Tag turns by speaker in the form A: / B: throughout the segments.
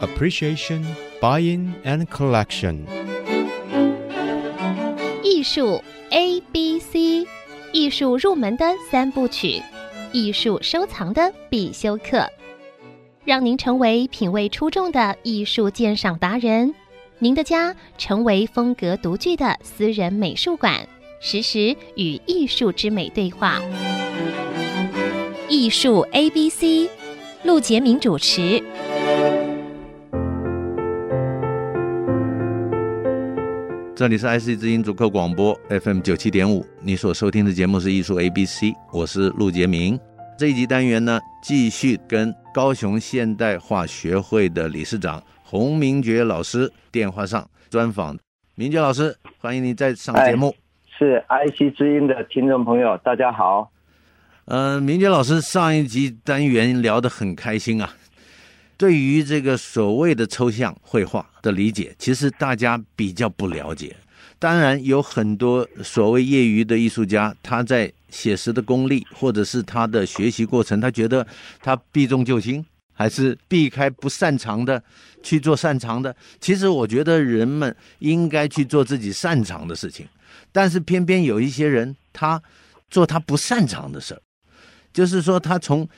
A: appreciation, buying, and collection.
B: 艺术 A B C，艺术入门的三部曲，艺术收藏的必修课，让您成为品味出众的艺术鉴赏达人。您的家成为风格独具的私人美术馆，实时与艺术之美对话。艺术 A B C，陆杰明主持。
C: 这里是 IC 之音主客广播 FM 九七点五，你所收听的节目是艺术 ABC，我是陆杰明。这一集单元呢，继续跟高雄现代化学会的理事长洪明觉老师电话上专访。明觉老师，欢迎你再上节目。
D: 是 IC 之音的听众朋友，大家好。
C: 呃，明觉老师上一集单元聊得很开心啊。对于这个所谓的抽象绘画的理解，其实大家比较不了解。当然，有很多所谓业余的艺术家，他在写实的功力或者是他的学习过程，他觉得他避重就轻，还是避开不擅长的去做擅长的。其实，我觉得人们应该去做自己擅长的事情，但是偏偏有一些人，他做他不擅长的事儿，就是说他从。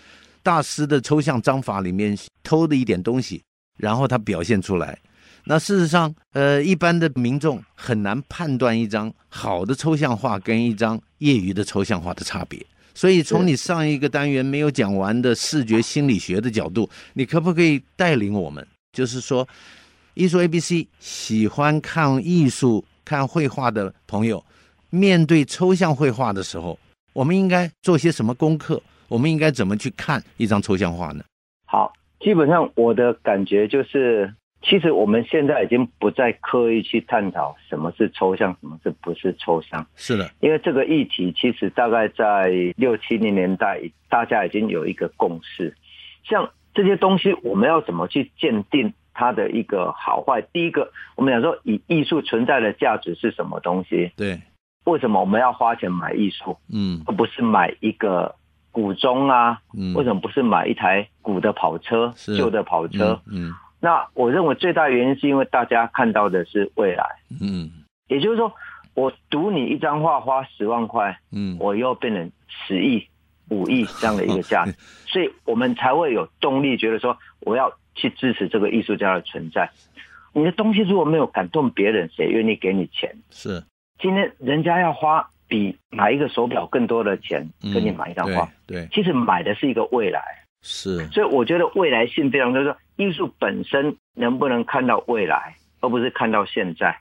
C: 大师的抽象章法里面偷的一点东西，然后他表现出来。那事实上，呃，一般的民众很难判断一张好的抽象画跟一张业余的抽象画的差别。所以，从你上一个单元没有讲完的视觉心理学的角度，你可不可以带领我们？就是说，艺术 A B C 喜欢看艺术、看绘画的朋友，面对抽象绘画的时候，我们应该做些什么功课？我们应该怎么去看一张抽象画呢？
D: 好，基本上我的感觉就是，其实我们现在已经不再刻意去探讨什么是抽象，什么是不是抽象，
C: 是的，
D: 因为这个议题其实大概在六七零年代，大家已经有一个共识。像这些东西，我们要怎么去鉴定它的一个好坏？第一个，我们讲说，以艺术存在的价值是什么东西？
C: 对，
D: 为什么我们要花钱买艺术？
C: 嗯，
D: 而不是买一个。古钟啊，
C: 嗯
D: 为什么不是买一台古的跑车、
C: 是
D: 旧的跑车？
C: 嗯
D: 那我认为最大原因是因为大家看到的是未来，
C: 嗯嗯
D: 也就是说，我赌你一张画花十万块，
C: 嗯，
D: 我又变成十亿、五亿这样的一个 价值，所以我们才会有动力，觉得说我要去支持这个艺术家的存在。你的东西如果没有感动别人，谁愿意给你钱？
C: 是
D: 今天人家要花比买一个手表更多的钱跟你买一张画，，
C: 嗯对对
D: 其实买的是一个未来。
C: 是，
D: 所以我觉得未来性非常重要，艺术本身能不能看到未来，而不是看到现在。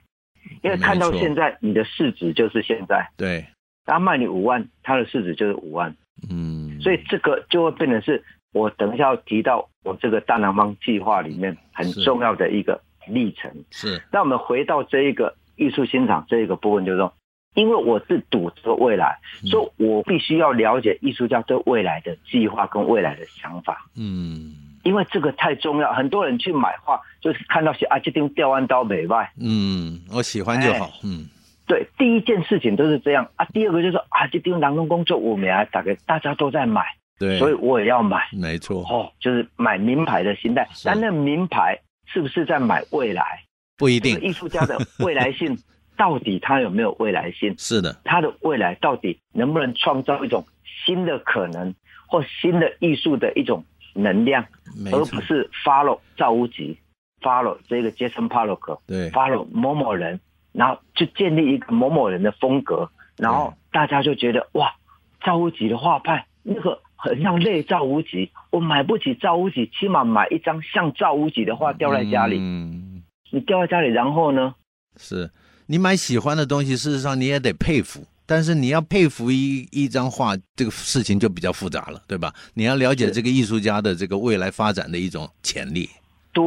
D: 因为看到
C: 没错
D: 现在，你的市值就是现在，
C: 对，
D: 他卖你五万，他的市值就是五万，
C: 嗯，
D: 所以这个就会变成是我等一下要提到我这个大南方计划里面很
C: 是
D: 重要的一个历程。
C: 是
D: 那我们回到这一个艺术欣赏这一个部分，就是说，因为我是赌这个未来，
C: 嗯
D: 所以我必须要了解艺术家对未来的计划跟未来的想法。
C: 嗯
D: 因为这个太重要，很多人去买画就是看到写啊，这定吊弯刀美卖。
C: 嗯，我喜欢就
D: 哎
C: 好，嗯
D: 对，第一件事情都是这样啊。第二个就是啊，这定南宫工作五名啊，大概大家都在买，
C: 对，
D: 所以我也要买
C: 没错，
D: 哦，就是买名牌的心态
C: 是。
D: 但那名牌是不是在买未来？
C: 不一
D: 这
C: 定
D: 个艺术家的未来 性到底他有没有未来性？
C: 是的，
D: 他的未来到底能不能创造一种新的可能或新的艺术的一种能量？
C: 没
D: 而
C: 错
D: 不，是 follow 赵无极，follow 这个 Jason Pollock，follow
C: 对，
D: 某某人，然后就建立一个某某人的风格，然后大家就觉得哇，赵无极的画派那个很像类赵无极，我买不起赵无极，起码买一张像赵无极的画吊在家里，
C: 嗯，
D: 你吊在家里，然后呢？
C: 是你买喜欢的东西，事实上你也得佩服。但是你要佩服一一张画，这个事情就比较复杂了，对吧？你要了解
D: 是
C: 这个艺术家的这个未来发展的一种潜力，
D: 对，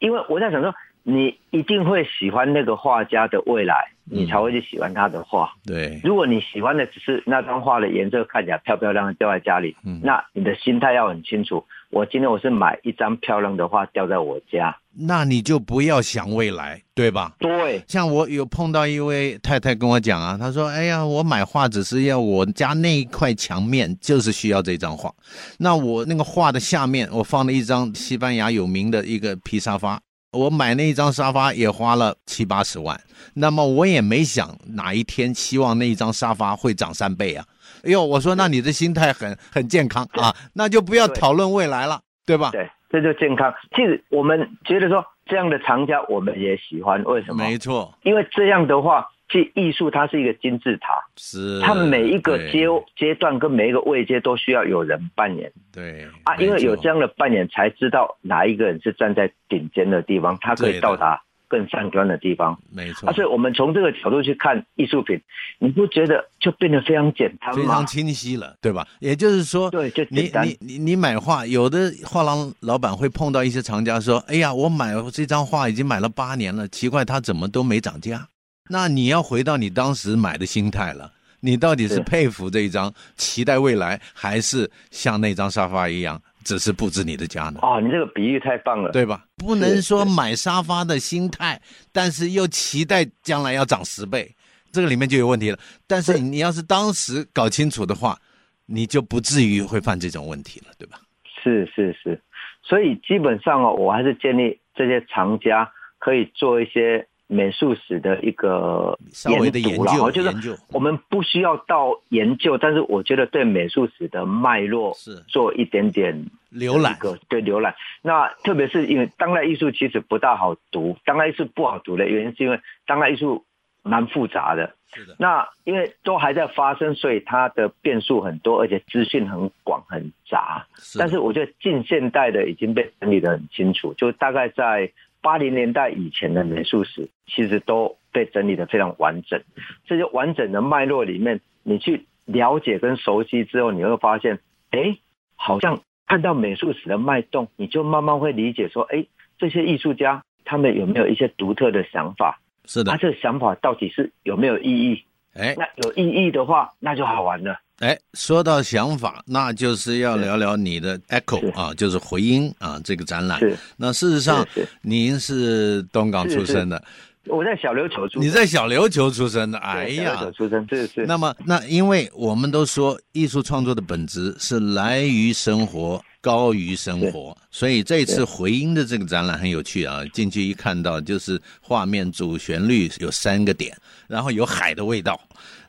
D: 因为我在想说，你一定会喜欢那个画家的未来，你
C: 嗯
D: 才会去喜欢他的画。
C: 对，
D: 如果你喜欢的只是那张画的颜色看起来漂漂亮亮掉在家里，
C: 嗯
D: 那你的心态要很清楚，我今天我是买一张漂亮的画吊在我家，
C: 那你就不要想未来，对吧？
D: 对，
C: 像我有碰到一位太太跟我讲啊，她说：“哎呀，我买画只是要我家那一块墙面就是需要这张画，那我那个画的下面我放了一张西班牙有名的一个皮沙发，我买那一张沙发也花了七八十万，那么我也没想哪一天希望那一张沙发会涨三倍啊。哎呦，我说那你的心态很很健康 啊，那就不要
D: 对
C: 讨论未来了，对吧？
D: 对，这就健康。其实我们觉得说这样的藏家我们也喜欢，为什么？
C: 没错，
D: 因为这样的话，其实艺术它是一个金字塔，
C: 是
D: 它每一个
C: 对
D: 阶阶段跟每一个位阶都需要有人扮演
C: 对
D: 啊，因为有这
C: 样
D: 样的扮演，才知道哪一个人是站在顶尖的地方，他可
C: 对的
D: 以到达更上端的地方。
C: 没错
D: 啊，，所以我们从这个角度去看艺术品，你不觉得就变得非常简单
C: 非
D: 吗
C: 常？清晰了，对吧？也就是说，
D: 对就
C: 你
D: 简单
C: 你你你买画，有的画廊老板会碰到一些藏家说：“哎呀，我买这张画已经买了八年了，奇怪它怎么都没涨价。”那你要回到你当时买的心态了，你到底是
D: 是
C: 佩服这一张，期待未来，还是像那张沙发一样，只是布置你的家呢？
D: 啊，你这个比喻太棒 了。
C: 对吧？不能说买沙发的心态，但是又期待将来要涨十倍，这个里面就有问题了。但是你要是当时搞清楚的话，你就不至于会犯这种问题了，对吧？
D: 是是是，所以基本上哦，我还是建议这些藏家可以做一些美术史的一个
C: 稍微的
D: 研
C: 研
D: 读啦
C: 究，
D: 我觉得
C: 研究
D: 我们不需要到研究，但是我觉得对美术史的脉络
C: 是
D: 做一点点
C: 浏览
D: 一，个对浏览。那特别是因为当代艺术其实不大好读，当代艺术不好读的原因是因为当代艺术蛮复杂的。
C: 是的，
D: 那因为都还在发生，所以它的变数很多，而且资讯很广很杂。
C: 是的
D: 但是我觉得近现代的已经被整理得很清楚，就大概在八零年代以前的美术史，其实都被整理得非常完整。这些完整的脉络里面，你去了解跟熟悉之后，你会发现，哎，好像看到美术史的脉动，你就慢慢会理解说，哎，这些艺术家他们有没有一些独特的想法？
C: 是
D: 他、
C: 的，
D: 这个想法到底是有没有意义？
C: 哎
D: 那有意义的话，那就好玩了。
C: 哎，说到想法，那就是要聊聊你的 Echo
D: 是
C: 啊，就是回音啊，这个展览。
D: 是，
C: 那事实上
D: 是是，
C: 您是东港
D: 是
C: 出
D: 是
C: 生的，
D: 我在小琉球出
C: 你
D: 生，
C: 在小琉球出生的，哎
D: 对
C: 呀
D: 小琉，球出生，是是。
C: 那么，那因为我们都说艺术创作的本质是来于生活，高于生活，所以这次回音的这个展览很有趣啊！进去一看到就是画面主旋律有三个点，然后有海的味道。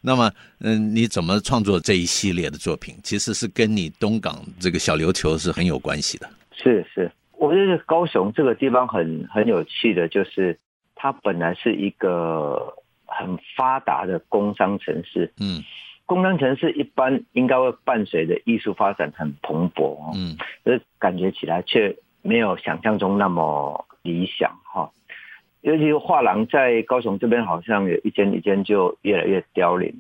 C: 那么，嗯，你怎么创作这一系列的作品？其实是跟你东港这个小琉球是很有关系的。
D: 是是，我觉得高雄这个地方很很有趣的，就是它本来是一个很发达的工商城市，
C: 嗯
D: 工商城市一般应该会伴随着艺术发展很蓬勃、哦，
C: 嗯，
D: 可是感觉起来却没有想象中那么理想哈、尤其是画廊在高雄这边，好像有一间一间就越来越凋零。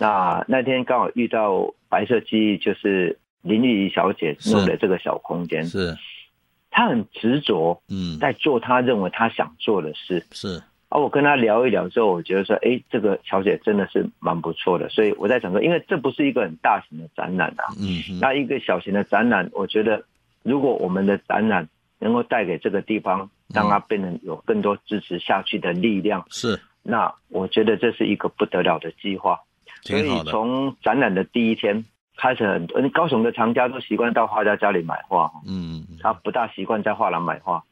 D: 那那天刚好遇到白色记忆，就是林丽仪小姐
C: 是
D: 弄的这个小空间，
C: 是，
D: 她很执着
C: 嗯
D: 在做她认为她想做的事。
C: 是，
D: 啊，我跟她聊一聊之后，我觉得说，哎，这个小姐真的是蛮不错的。所以我在想说，因为这不是一个很大型的展览啊，
C: 嗯哼
D: 那一个小型的展览，我觉得如果我们的展览能够带给这个地方，让
C: 嗯
D: 它变得有更多支持下去的力量，
C: 是
D: 那我觉得这是一个不得了的计划。所
C: 挺
D: 以
C: 好的，
D: 从展览的第一天开始很，多高雄的藏家都习惯到画家家里买画，
C: 嗯，
D: 他不大习惯在画廊买画。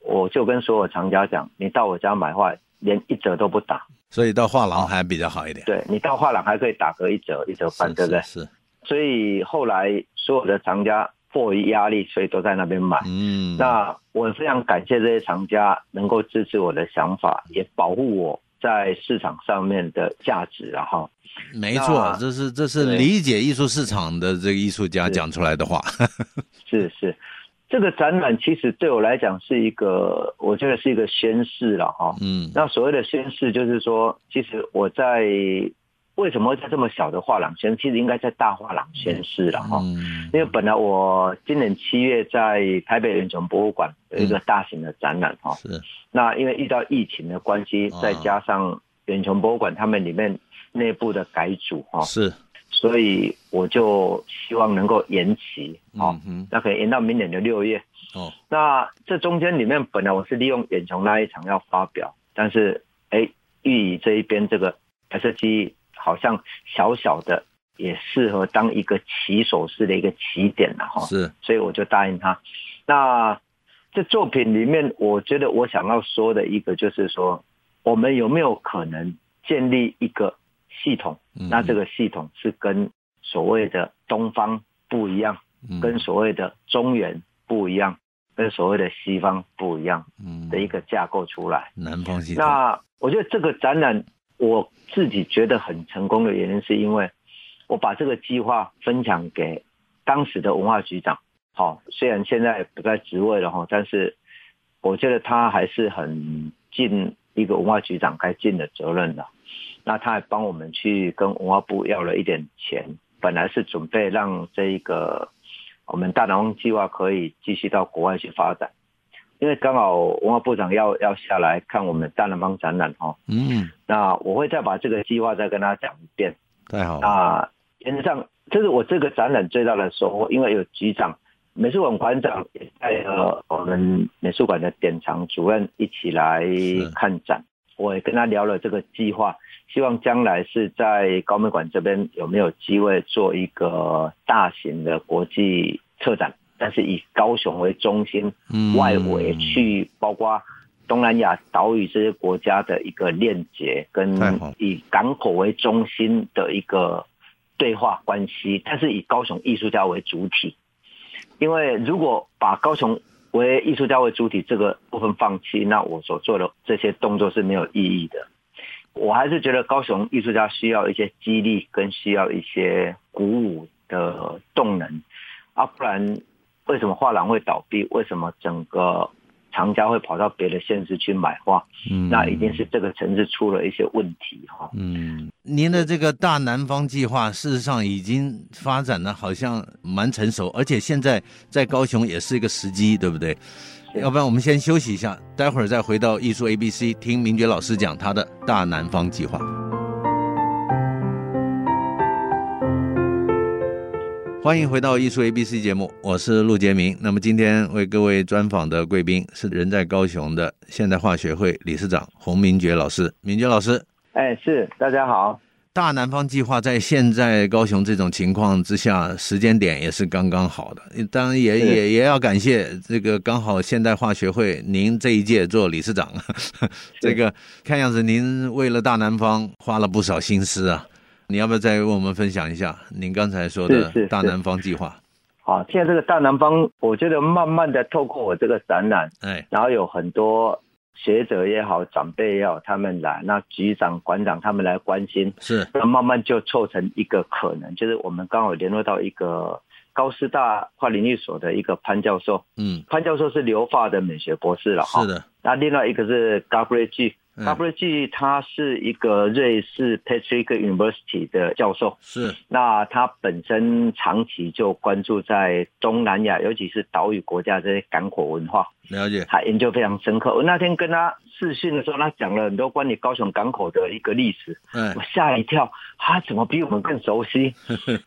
D: 我就跟所有藏家讲，你到我家买画，连一折都不打。
C: 所以到画廊还比较好一点，
D: 对你到画廊还可以打个一折、一折
C: 是
D: 半，对不对？
C: 是，是
D: 所以后来所有的藏家迫于压力，所以都在那边买。
C: 嗯，
D: 那我非常感谢这些藏家能够支持我的想法，也保护我在市场上面的价值啊，然后
C: 没错
D: 那，
C: 这是这是
D: 对
C: 理解艺术市场的这个艺术家
D: 是
C: 讲出来的话。
D: 是是，这个展览其实对我来讲是一个，我觉得是一个宣誓了哈。
C: 嗯，
D: 那所谓的宣誓，就是说，其实我在为什么会在这么小的画廊宣，其实应该在大画廊宣誓了哈。
C: 嗯
D: 因为本来我今年七月在台北远雄博物馆有一个大型的展览哈、
C: 嗯是
D: 那因为遇到疫情的关系
C: 哦，
D: 再加上远雄博物馆他们里面内部的改组哈、
C: 是
D: 所以我就希望能够延期，好、
C: 嗯哼，
D: 那可以延到明年的六月。
C: 哦，
D: 那这中间里面，本来我是利用远雄那一场要发表，但是哎，玉宇这一边这个白色记忆好像小小的，也适合当一个起手式的一个起点了哈，
C: 是，
D: 所以我就答应他。那这作品里面，我觉得我想要说的一个就是说，我们有没有可能建立一个系统？
C: 嗯
D: 那这个系统是跟所谓的东方不一样，
C: 嗯
D: 跟所谓的中原不一样，跟所谓的西方不一样的一
C: 个
D: 个架构出来。
C: 嗯南方系统，
D: 那我觉得这个展览我自己觉得很成功的原因，是因为我把这个计划分享给当时的文化局长。好、虽然现在不在职位了哈，但是我觉得他还是很尽一个文化局长该尽的责任的。那他还帮我们去跟文化部要了一点钱，本来是准备让这一个我们大南风计划可以继续到国外去发展。因为刚好文化部长要要下来看我们大南方展览哦，
C: 嗯，
D: 那我会再把这个计划再跟他讲一遍。
C: 太好了，
D: 那原则上，这是我这个展览最大的收获，因为有局长、美术馆馆长也带了我们美术馆的典藏主任一起来
C: 是
D: 看展。我也跟他聊了这个计划，希望将来是在高美馆这边有没有机会做一个大型的国际策展，但是以高雄为中心，
C: 嗯
D: 外围去包括东南亚岛屿这些国家的一个链接，跟
C: 太好
D: 以港口为中心的一个对话关系，但是以高雄艺术家为主体，因为如果把高雄为艺术家为主体这个部分放弃，那我所做的这些动作是没有意义的。我还是觉得高雄艺术家需要一些激励，跟需要一些鼓舞的动能，啊，不然为什么画廊会倒闭？为什么整个藏家会跑到别的县市去买画？
C: 嗯
D: 那一定是这个城市出了一些问题哈。
C: 嗯，您的这个大南方计划，事实上已经发展的好像蛮成熟，而且现在在高雄也是一个时机，对不对？
D: 是
C: 要不然我们先休息一下，待会儿再回到艺术 A B C 听明觉老师讲他的大南方计划。欢迎回到艺术 A B C 节目，我是陆杰明。那么今天为各位专访的贵宾是人在高雄的现代化学会理事长洪明觉老师。明觉老师，
D: 哎，是大家好，
C: 大南方计划在现在高雄这种情况之下，时间点也是刚刚好的。当然也
D: 是
C: 也也要感谢这个刚好现代化学会您这一届做理事长， 这个看样子您为了大南方花了不少心思啊。你要不要再为我们分享一下您刚才说的
D: 是是是
C: 大南方计划？
D: 好，现在这个大南方，我觉得慢慢的透过我这个展览，
C: 哎，
D: 然后有很多学者也好，长辈也好，他们来，那局长、馆长他们来关心，
C: 是，
D: 那慢慢就凑成一个可能，就是我们刚好联络到一个高师大跨领域所的一个潘教授，
C: 嗯，
D: 潘教授是留发的美学博士了哈。
C: 是。的，
D: 那另外一个是 Gabriel G。
C: 嗯
D: Gabriel G 他是一个瑞士 Patrick University 的教授，
C: 是，
D: 那他本身长期就关注在东南亚，尤其是岛屿国家这些港口文化，
C: 了解，
D: 他研究非常深刻。我那天跟他视讯的时候，他讲了很多关于高雄港口的一个历史，
C: 哎
D: 我，吓一跳，他怎么比我们更熟 悉？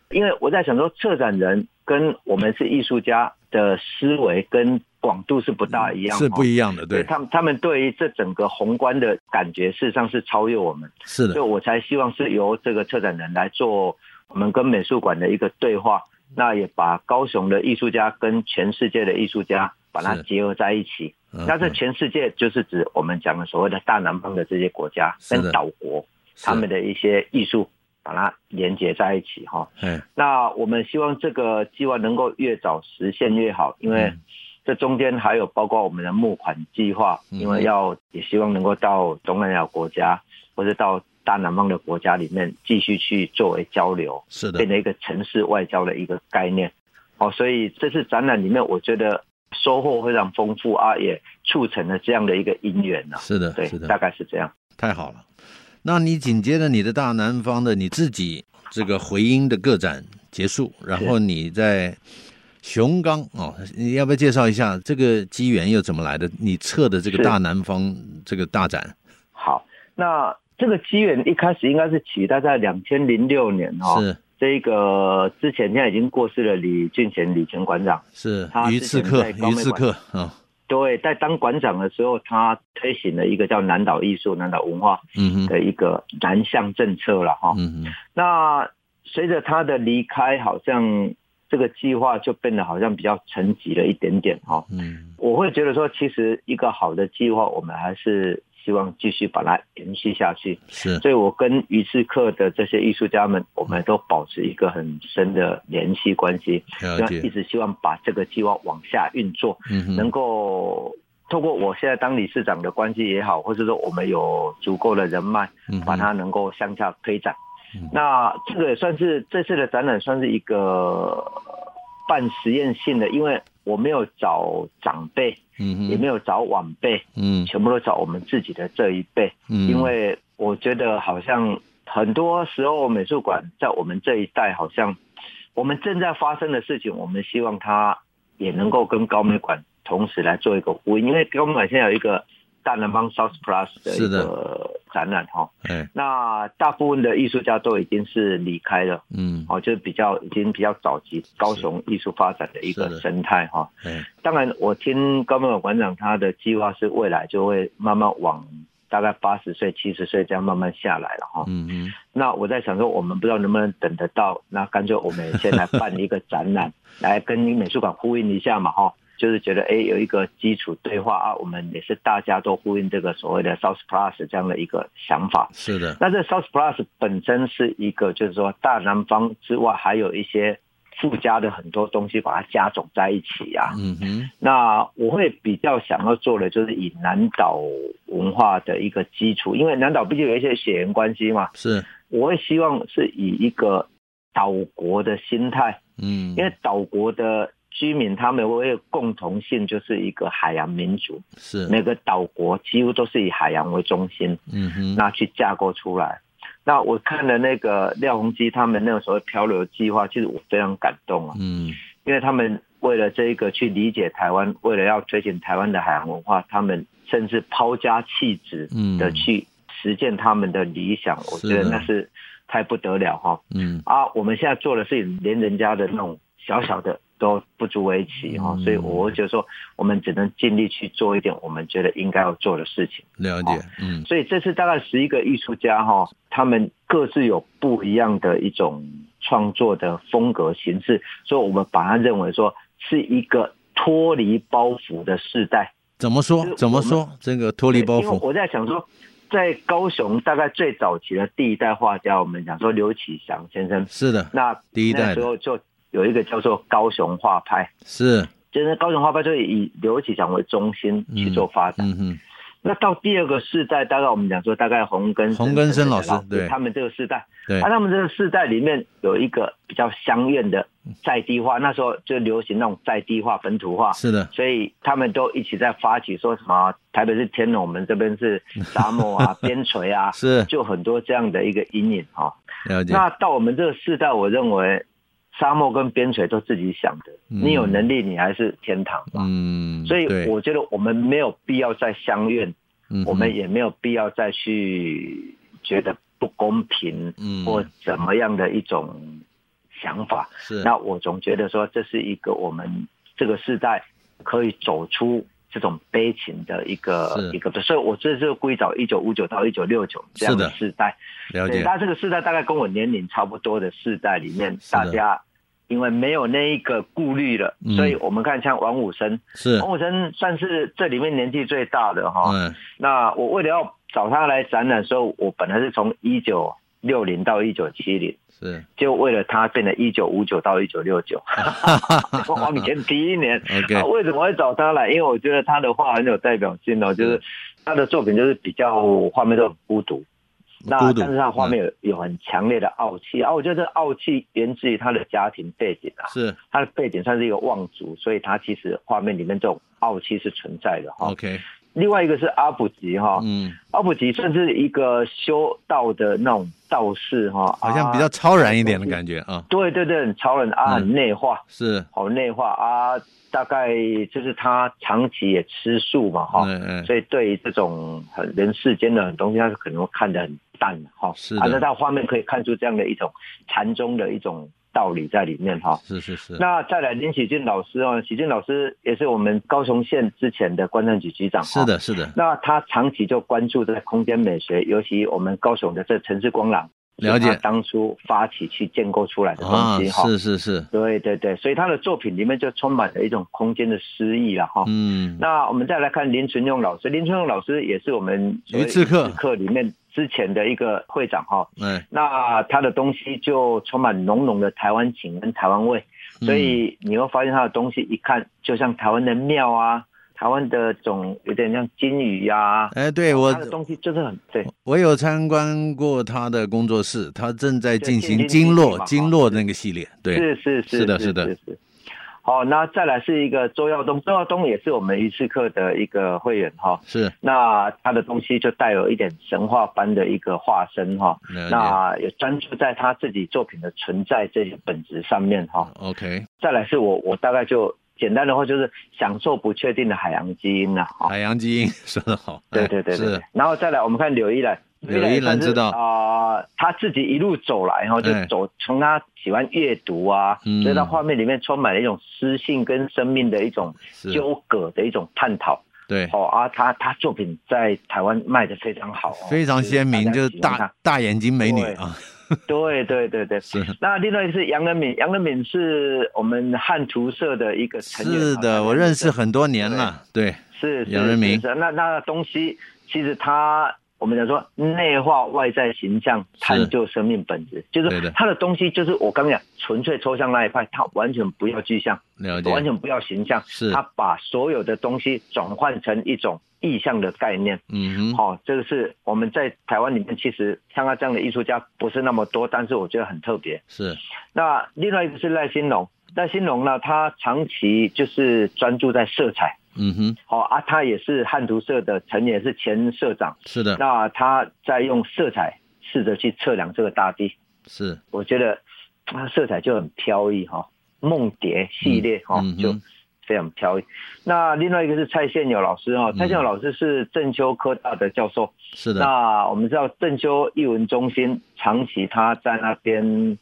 D: 因为我在想说，策展人跟我们是艺术家的思维跟广度是不大一样、
C: 是不
D: 样。
C: 一样的，
D: 所以
C: 对，
D: 他们他们对于这整个宏观的感觉，事实上是超越我们，
C: 是
D: 所以
C: 的，
D: 我才希望是由这个策展人来做我们跟美术馆的一个对话，
C: 嗯
D: 那也把高雄的艺术家跟全世界的艺术家把它
C: 是
D: 结合在一起。
C: 嗯
D: 那这全世界就是指我们讲的所谓的大南方的这些国家
C: 是的
D: 跟岛国，
C: 是
D: 他们的一些艺术把它连接在一起哈。
C: 哎，
D: 那我们希望这个计划能够越早实现越好，因为
C: 嗯
D: 这中间还有包括我们的募款计划，
C: 嗯
D: 因为要也希望能够到东南亚国家或者到大南方的国家里面继续去作为交流，
C: 是的
D: 变，成一个城市外交的一个概念。哦，所以这次展览里面，我觉得收获非常丰富啊，也促成了这样的一个姻缘呐、
C: 是的，
D: 对
C: 是，的，
D: 大概是这样。
C: 太好了，那你紧接着你的大南方的你自己这个回音的个展结束，然后你在熊冈哦，你要不要介绍一下这个机缘又怎么来的？你测的这个
D: 是
C: 大南方这个大展
D: 好，那这个机缘一开始应该是起大概两千零六年哦，
C: 是
D: 这个之前现在已经过世了李俊贤李前馆长，
C: 是
D: 他
C: 于刺
D: 之前
C: 客，
D: 在高
C: 于
D: 美
C: 刺
D: 馆
C: 客啊，
D: 对，在当馆长的时候，他推行了一个叫南岛艺术、南岛文化
C: 嗯哼，
D: 的一个南向政策了哈。
C: 嗯哼，
D: 那随着他的离开，好像这个计划就变得好像比较沉寂了一点点哈。
C: 嗯
D: 我会觉得说，其实一个好的计划，我们还是希望继续把它延续下去。
C: 是
D: 所以我跟于志克的这些艺术家们，我们都保持一个很深的联系关系，
C: 了
D: 那一
C: 解，
D: 直希望把这个计划往下运作，
C: 嗯哼，
D: 能够透过我现在当理事长的关系也好，或者说我们有足够的人脉，
C: 嗯哼
D: 把它能够向下推展
C: 嗯。
D: 那这个也算是这次的展览算是一个半实验性的，因为我没有找长辈，
C: 嗯哼，
D: 也没有找晚辈，
C: 嗯
D: 全部都找我们自己的这一辈，
C: 嗯，
D: 因为我觉得好像很多时候美术馆在我们这一代，好像我们正在发生的事情，我们希望它也能够跟高美馆同时来做一个呼应，因为高美馆现在有一个大南方 South Plus 的
C: 是
D: 一
C: 的
D: 个展览哈，
C: 哎
D: 那大部分的艺术家都已经是离开了。
C: 嗯
D: 哦，就是比较已经比较早期高雄艺术发展的一
C: 是的
D: 个生态哈。
C: 哎
D: 当然，我听高梦馆长他的计划是未来就会慢慢往大概八十岁、七十岁这样慢慢下来了哈。
C: 嗯哼
D: 那我在想说，我们不知道能不能等得到，那干脆我们先来办一个展览，来跟美术馆呼应一下嘛哈。 就是觉得哎，有一个基础对话啊，我们也是大家都呼应这个所谓的 South Plus 这样的一个想法。
C: 是的，
D: 那这 South Plus 本身是一个，就是说大南方之外，还有一些附加的很多东西，把它加总在一起啊。
C: 嗯哼
D: 那我会比较想要做的就是以南岛文化的一个基础，因为南岛毕竟有一些血缘关系嘛，
C: 是
D: 我会希望是以一个岛国的心态，
C: 嗯，
D: 因为岛国的居民他们会有共同性，就是一个海洋民族，
C: 是
D: 每个岛国几乎都是以海洋为中心，
C: 嗯哼
D: 那去架构出来。那我看了那个廖鸿基他们那个所谓漂流计划，其实我非常感动啊。
C: 嗯
D: 因为他们为了这一个去理解台湾，为了要推行台湾的海洋文化，他们甚至抛家弃子
C: 嗯
D: 的去实践他们的理想，我觉
C: 是啊
D: 得
C: 的
D: 那是太不得了哈！
C: 嗯
D: 啊，我们现在做的事情，连人家的那种小小的都不足为奇哈，
C: 嗯
D: 所以我会觉得说，我们只能尽力去做一点我们觉得应该要做的事情。
C: 了解，嗯
D: 所以这次大概十一个艺术家哈，他们各自有不一样的一种创作的风格形式，所以我们把它认为说是一个脱离包袱的世代。
C: 怎么说怎么说这个脱离包
D: 因为
C: 袱
D: 我在想说，在高雄大概最早期的第一代画家，我们讲说刘启祥先生，
C: 是的
D: 那
C: 第一代的
D: 那时候就有一个叫做高雄画派，
C: 是
D: 就是高雄画派就以刘启祥为中心去做发展。
C: 嗯哼
D: 那到第二个世代，大概我们讲说，大概洪根
C: 洪根生老师
D: 师
C: 对
D: 啊他们这个世代，
C: 对
D: 啊，他们这个世代里面有一个比较香艳的在地化，那时候就流行那种在地化、本土化，
C: 是的
D: 所以他们都一起在发起说什么台北是天龙，我们这边是沙 漠啊、边陲啊，
C: 是
D: 就很多这样的一个阴影哈、
C: 了解
D: 那到我们这个世代，我认为沙漠跟边陲都自己想的，
C: 嗯
D: 你有能力，你还是天堂嘛。
C: 嗯
D: 所以
C: 对
D: 我觉得我们没有必要再相怨，
C: 嗯哼
D: 我们也没有必要再去觉得不公平
C: 嗯
D: 或怎么样的一种想法。
C: 是
D: 那我总觉得说，这是一个我们这个时代可以走出这种悲情的一个
C: 是
D: 一个，所以我这是故意找一九五九到一九六九这样
C: 是
D: 的
C: 的
D: 世代。
C: 了
D: 对，
C: 解
D: 但这个世代大概跟我年龄差不多的世代里面，
C: 是的
D: 大家因为没有那一个顾虑了，
C: 嗯
D: 所以我们看像王武生。
C: 是
D: 洪武生算是这里面年纪最大的哈、
C: 嗯
D: 那我为了要找他来展览的时候，我本来是从一九六零到一九七零，
C: 是
D: 就为了他变成一九五九到一九六 九，我往前提一年。啊
C: OK
D: 为什么会找他来？因为我觉得他的画很有代表性哦，就是他的作品就是比较画面都很孤独，
C: 孤
D: 那
C: 独嗯
D: 但是他画面有有很强烈的傲气啊，我觉得这傲气源自于他的家庭背景啊，
C: 是
D: 他的背景算是一个望族，所以他其实画面里面这种傲气是存在的哈。
C: OK
D: 另外一个是阿卜吉哈，
C: 嗯
D: 阿卜吉算是一个修道的那种道士哈，
C: 好像比
D: 啊
C: 较超然一点的感觉啊
D: 对对对，很超人
C: 嗯
D: 啊，很内化，
C: 是
D: 好内化啊。大概就是他长期也吃素嘛哈，
C: 嗯嗯
D: 所以对于这种很人世间的很东西，他可能会看得很淡哈。
C: 是的
D: 啊，那到画面可以看出这样的一种禅宗的一种道理在里面哈。
C: 是是是，
D: 那再来林喜俊老师哦，喜俊老师也是我们高雄县之前的观政局局长。
C: 是。的，是的，
D: 那他长期就关注在空间美学，尤其我们高雄的这城市光廊，
C: 了解
D: 是他当初发起去建构出来的
C: 啊
D: 东，西哈。
C: 是是是，
D: 对对对，所以他的作品里面就充满了一种空间的诗意了哈。
C: 嗯，
D: 那我们再来看林纯用老师，林纯用老师也是我们
C: 鱼刺客
D: 鱼刺客里面之前的一个会长哈。
C: 哎，
D: 那他的东西就充满浓浓的台湾情跟台湾味，
C: 嗯
D: 所以你会发现他的东西一看就像台湾的庙啊，台湾的这种有点像金鱼呀、啊，
C: 哎，对我
D: 他的东西就是很对。
C: 我有参观过他的工作室，他正在进行
D: 对
C: 经
D: 经
C: 络
D: 络
C: 经络那个系列，对，
D: 是是是
C: 是的是的
D: 是是。好，那再来是一个周耀东，周耀东也是我们鱼刺客的一个会员哈。
C: 是
D: 那他的东西就带有一点神话般的一个化身哈。
C: 了
D: 那也专注在他自己作品的存在这些本质上面哈
C: 解。，OK，
D: 再来是我我大概就简单的话就是享受不确定的海洋基因了啊哈。
C: 海洋基因 说得好，
D: 对
C: 哎
D: 对对对
C: 是。
D: 然后再来我们看柳依兰，
C: 柳依兰知道
D: 啊、呃他自己一路走来哈，就
C: 哎
D: 走从他喜欢阅读啊，
C: 嗯
D: 所以他画面里面充满了一种诗性跟生命的一种
C: 是哎
D: 纠葛的一种探讨。
C: 对，
D: 哦啊，他他作品在台湾卖的非常好、哦，
C: 非常鲜明，就是是
D: 大家喜欢
C: 大大眼睛美女
D: 对
C: 啊，
D: 他。对对 对对。
C: 是
D: 那另外一个是杨仁敏，杨仁敏是我们汉图社的一个成员。
C: 是的，我认识很多年了，对，
D: 是是
C: 杨仁明
D: 是是那那东西其实它我们讲说内化外在形象，探究生命本质，就
C: 对的
D: 是它的东西就是我刚刚讲纯粹抽象那一派，它完全不要具象，
C: 了解，
D: 完全不要形象，
C: 是
D: 它把所有的东西转换成一种意象的概念。
C: 嗯哼，
D: 好、这个是我们在台湾里面，其实像他这样的艺术家不是那么多，但是我觉得很特别。
C: 是
D: 那另外一个是赖兴龙，赖兴龙呢，他长期就是专注在色彩，
C: 嗯哼，
D: 哦啊，他也是汉图社的成员，是前社长。
C: 是的，
D: 那他在用色彩试着去测量这个大地，
C: 是
D: 我觉得他色彩就很飘逸哈、梦蝶系列哈、
C: 嗯嗯哼
D: 就非常飘逸。那另外一个是蔡宪友老师哈、哦，
C: 嗯
D: 蔡宪友老师是正修科大的教授。
C: 是的，
D: 那我们知道正修艺文中心长期他在那边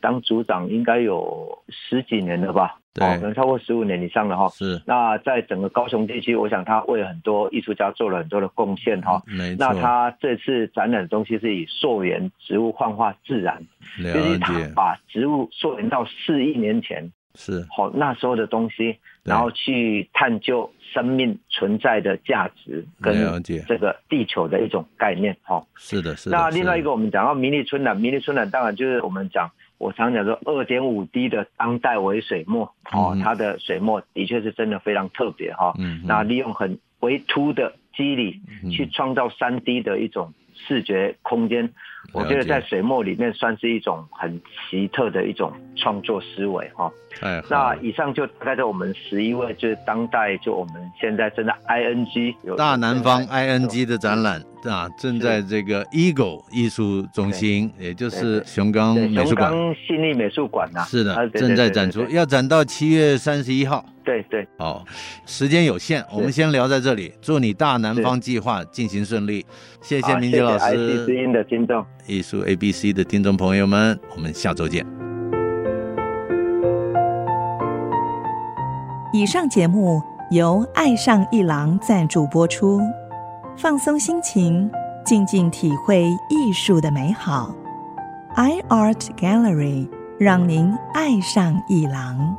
D: 当组长，应该有十几年了吧？
C: 对
D: 哦可能超过十五年以上了哈、
C: 是
D: 那在整个高雄地区，我想他为很多艺术家做了很多的贡献哈。
C: 嗯没错
D: 那，他这次展览的东西是以溯源植物幻化自然，就
C: 了
D: 是他
C: 解，
D: 把植物溯源到四亿年前，
C: 是
D: 好、那时候的东西，
C: 对
D: 然后去探究生命存在的价值
C: 了
D: 跟
C: 解
D: 这个地球的一种概念哈。
C: 是的，是的，
D: 那
C: 是
D: 另外
C: 的
D: 一个，我们讲到迷你春暖，迷你春暖当然就是我们讲，我常讲说二点五滴的当代为水墨哦
C: 嗯，
D: 它的水墨的确是真的非常特别哈、
C: 嗯哼
D: 那利用很微凸的肌理
C: 嗯
D: 去创造三 D 的一种视觉空间，我觉
C: 了
D: 得
C: 解
D: 在水墨里面算是一种很奇特的一种创作思维哈、
C: 太好
D: 那
C: 了，
D: 以上就大概在我们十一位，就是当代就我们现在正在 ING 有
C: 大南方
D: 正在
C: ING 的展览啊，正在这个 Eagle 艺术中心，也就是熊岗
D: 对，
C: 嗯美术
D: 熊
C: 馆，
D: 刚心理美术馆呐、
C: 是
D: 啊
C: 的，
D: 对
C: 正在展出，要展到七月三十一号。
D: 对对
C: 好，时间有限，我们先聊在这里。祝你大南方计划进行顺利，谢
D: 对对对，
C: 谢明杰老
D: 好啊谢谢 IC 之
C: 师，
D: 音的听众。
C: 艺术 ABC 的听众朋友们，我们下周见。
E: 以上节目由爱上一郎赞助播出，放松心情，静静体会艺术的美好。iArt Gallery 让您爱上一郎。